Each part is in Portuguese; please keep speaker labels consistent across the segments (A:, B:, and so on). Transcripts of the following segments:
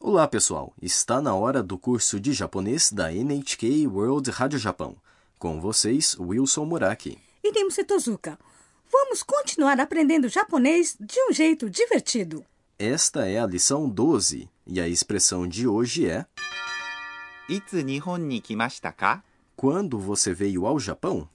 A: Olá, pessoal! Está na hora do curso de japonês da NHK World Rádio Japão. Com vocês, Wilson Muraki.
B: Iremos Tozuka. Vamos continuar aprendendo japonês de um jeito divertido.
A: Esta é a lição 12 e a expressão de hoje é:
C: いつ日本に来ましたか
A: Quando você veio ao Japão?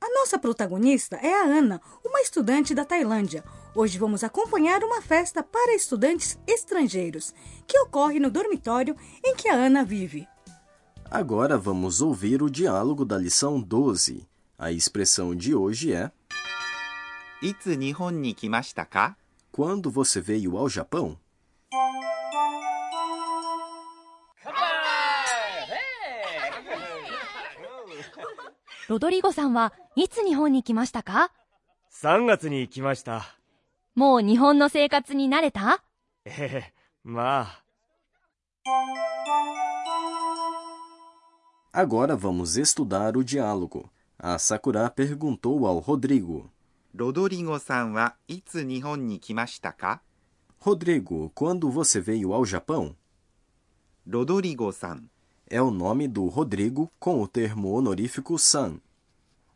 B: A nossa protagonista é a Ana, uma estudante da Tailândia. Hoje vamos acompanhar uma festa para estudantes estrangeiros, que ocorre no dormitório em que a Ana vive.
A: Agora vamos ouvir o diálogo da lição 12. A expressão de hoje é:
C: いつ日本に来ましたか
A: Quando você veio ao Japão?
D: 「ロドリゴさんはいつ日本に来ましたか
E: 3月に来ました。
D: もう日本の生活に慣れた
E: ええ、まあ、
A: Agora vamos estudar o diálogo. A Sakura perguntou ao Rodrigo:
C: ロドリゴさんはいつ日本に来ましたか
A: Rodrigo, quando você veio ao Japão?
C: ロドリゴさん
A: É o nome do Rodrigo com o termo honorífico san.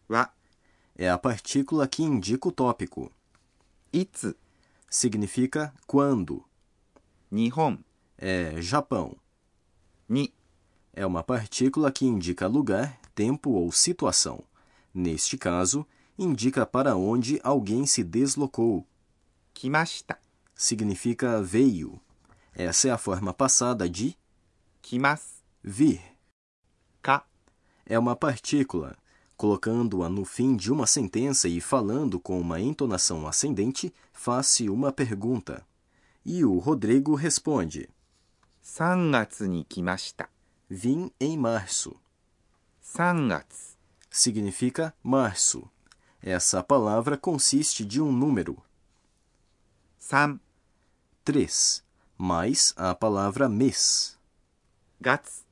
C: は
A: É a partícula que indica o tópico.
C: いつ
A: Significa quando.
C: 日本
A: É Japão.
C: に
A: É uma partícula que indica lugar, tempo ou situação. Neste caso, indica para onde alguém se deslocou.
C: 来ました。
A: Significa veio. Essa é a forma passada de
C: 来ます。
A: vir.
C: か
A: é uma partícula. Colocando-a no fim de uma sentença e falando com uma entonação ascendente, faz-se uma pergunta. E o Rodrigo responde:
C: 3月に来ました。
A: Vim em março.
C: 3月
A: Significa março. Essa palavra consiste de um número,
C: 3
A: 3, mais a palavra mês.
C: 月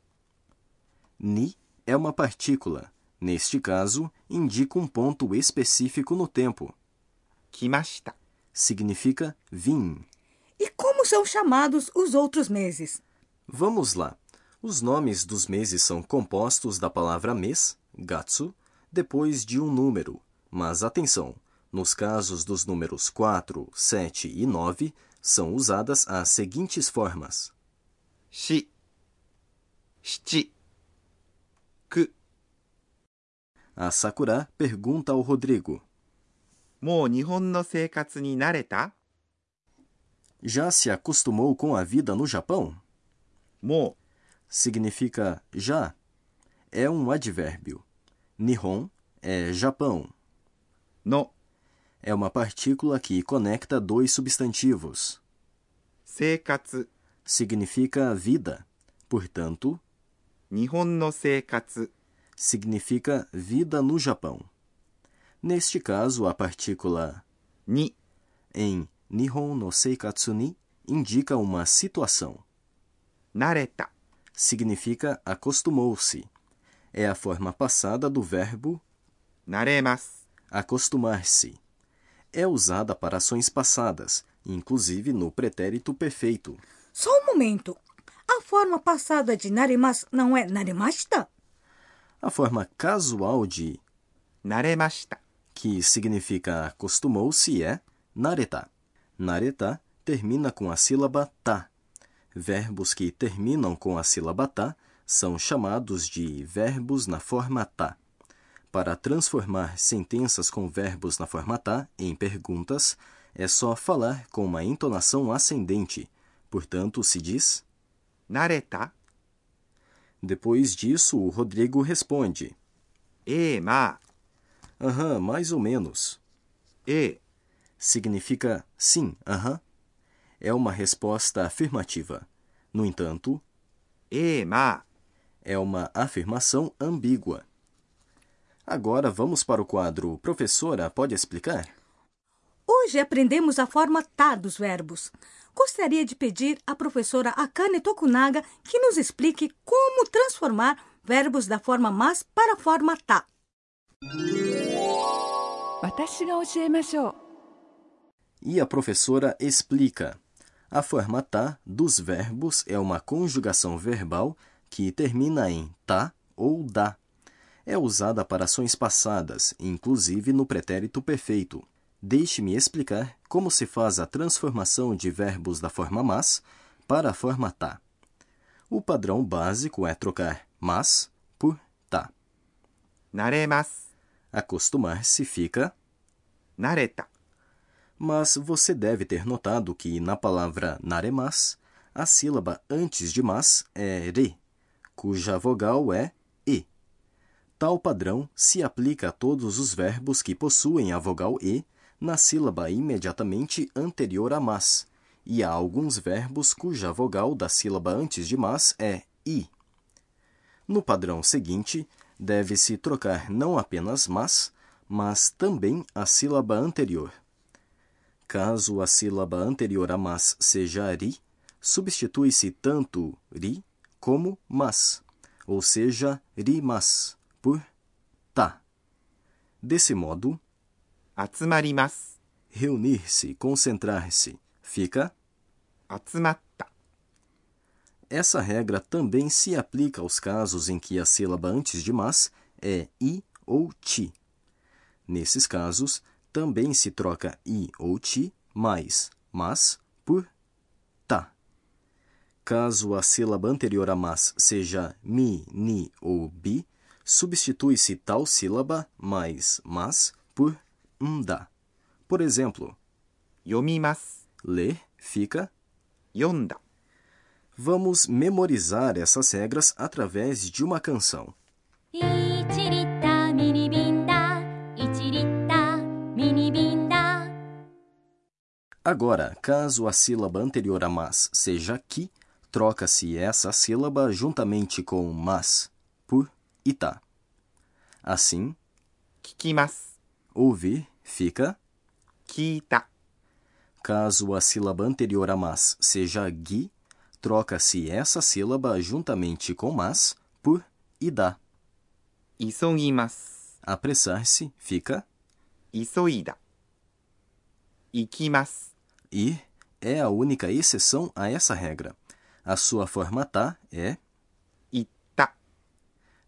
A: Ni é uma partícula. Neste caso, indica um ponto específico no tempo.
C: 来ました。
A: Significa vim.
B: E como são chamados os outros meses?
A: Vamos lá. Os nomes dos meses são compostos da palavra mês, gatsu, depois de um número. Mas atenção, nos casos dos números 4, 7 e 9, são usadas as seguintes formas:
C: し、七、く、
A: A Sakura pergunta ao Rodrigo:
C: もう日本の生活に慣れた
A: Já se acostumou com a vida no Japão?
C: も
A: Significa já. É um advérbio. Nihon é Japão.
C: う、の、
A: É uma partícula que conecta dois substantivos.
C: 生活、
A: significa vida. Portanto,
C: 日本の生活、
A: significa vida no Japão. Neste caso, a partícula
C: に、
A: em Nihon no Seikatsu ni indica uma situação.
C: 慣れた、
A: Significa acostumou-se. É a forma passada do verbo
C: 慣れます。
A: acostumar-se. É usada para ações passadas, inclusive no pretérito perfeito.
B: Só um momento. A forma passada de narimas não é narimashita?
A: A forma casual de
C: 慣れました。
A: que significa acostumou-se, é nareta. Nareta termina com a sílaba ta. Verbos que terminam com a sílaba ta são chamados de verbos na forma ta. Para transformar sentenças com verbos na forma ta em perguntas, é só falar com uma entonação ascendente. Portanto, se diz.
C: 慣れた
A: Depois disso, o Rodrigo responde:
C: ええまあ、
A: Aham, mais ou menos.
C: ええ、
A: significa sim, aham. É uma resposta afirmativa. No entanto,
C: ええまあ、
A: é uma afirmação ambígua. Agora vamos para o quadro Professora pode explicar?
B: Hoje aprendemos a forma tá dos verbos. Gostaria de pedir à professora Akane Tokunaga que nos explique como transformar verbos da forma mas para a forma tá.
F: 私が教えましょう
A: E a professora explica. A forma tá dos verbos é uma conjugação verbal que termina em tá ou dá. É usada para ações passadas, inclusive no pretérito perfeito. Deixe-me explicar como se faz a transformação de verbos da forma mas para a forma tá. O padrão básico é trocar mas por tá.
C: 慣れます。
A: Acostumar-se fica
C: 慣れた。
A: Mas você deve ter notado que na palavra naremas, a sílaba antes de mas é re, cuja vogal é e. Tal padrão se aplica a todos os verbos que possuem a vogal e na sílaba imediatamente anterior a mas, e há alguns verbos cuja vogal da sílaba antes de mas é i. No padrão seguinte, deve-se trocar não apenas mas, mas também a sílaba anterior. Caso a sílaba anterior a mas seja ri, substitui-se tanto ri como mas, ou seja, ri mas por tá. Desse modo,
C: 集まります。
A: reunir-se, concentrar-se, fica.
C: 集まった。
A: Essa regra também se aplica aos casos em que a sílaba antes de mas é i ou ti. Nesses casos, também se troca i ou ti mais mas por tá. Caso a sílaba anterior a mas seja mi, ni ou bi, substitui-se tal sílaba mais mas por nda. Por exemplo,
C: 読みます。
A: ler fica
C: 読んだ。
A: Vamos memorizar essas regras através de uma canção.
D: 1リッターミニビンだ1リッターミニビンだ
A: Agora, caso a sílaba anterior a mas seja ki, troca-se essa sílaba juntamente com mas por ita. Assim,
C: 聞きます。
A: ouvir fica.
C: 聞いた。
A: Caso a sílaba anterior a mas seja gi, troca-se essa sílaba juntamente com mas por ida.
C: 急ぎます。
A: Apressar-se fica.
C: 急いだ。行きます。
A: Ir é a única exceção a essa regra. A sua forma tá é
C: 行った。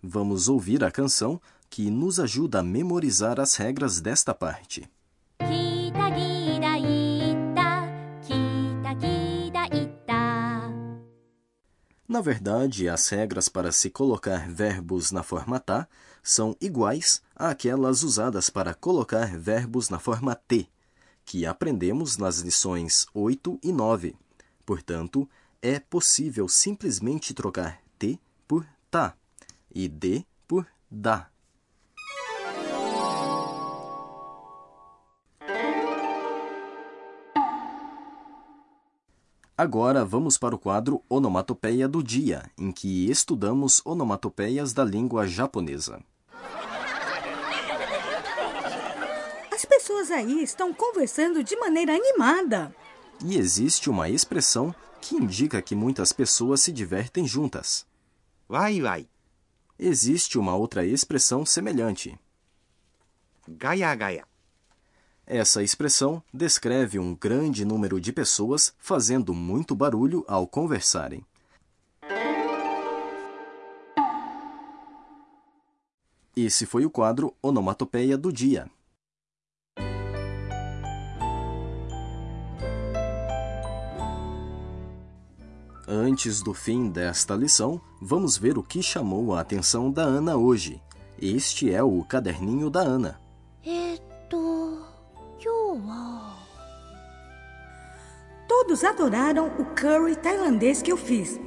A: Vamos ouvir a canção que nos ajuda a memorizar as regras desta parte.
D: 聞いた聞いた言った聞いた聞いた言った
A: Na verdade, as regras para se colocar verbos na forma tá são iguais àquelas usadas para colocar verbos na forma te, que aprendemos nas lições 8 e 9. Portanto, é possível simplesmente trocar te por tá e de por dá. Agora vamos para o quadro Onomatopeia do Dia, em que estudamos onomatopeias da língua japonesa.
B: As pessoas aí estão conversando de maneira animada.
A: E existe uma expressão que indica que muitas pessoas se divertem juntas.
C: ワイワイ。
A: Existe uma outra expressão semelhante.
C: ガヤガヤ。
A: Essa expressão descreve um grande número de pessoas fazendo muito barulho ao conversarem. Esse foi o quadro Onomatopeia do Dia. Antes do fim desta lição, vamos ver o que chamou a atenção da Ana hoje. Este é o caderninho da Ana.
D: えっと今日は
B: Todos adoraram o curry tailandês que eu fiz.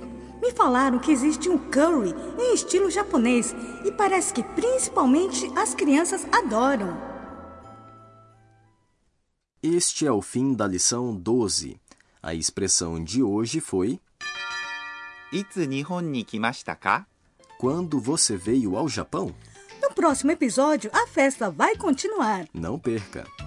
B: Me falaram que existe um curry em estilo japonês e parece que principalmente as crianças adoram.
A: Este é o fim da lição 12. A expressão de hoje foi
C: いつ日本に来ましたか
A: Quando você veio ao Japão?
B: No próximo episódio, a festa vai continuar.
A: Não perca!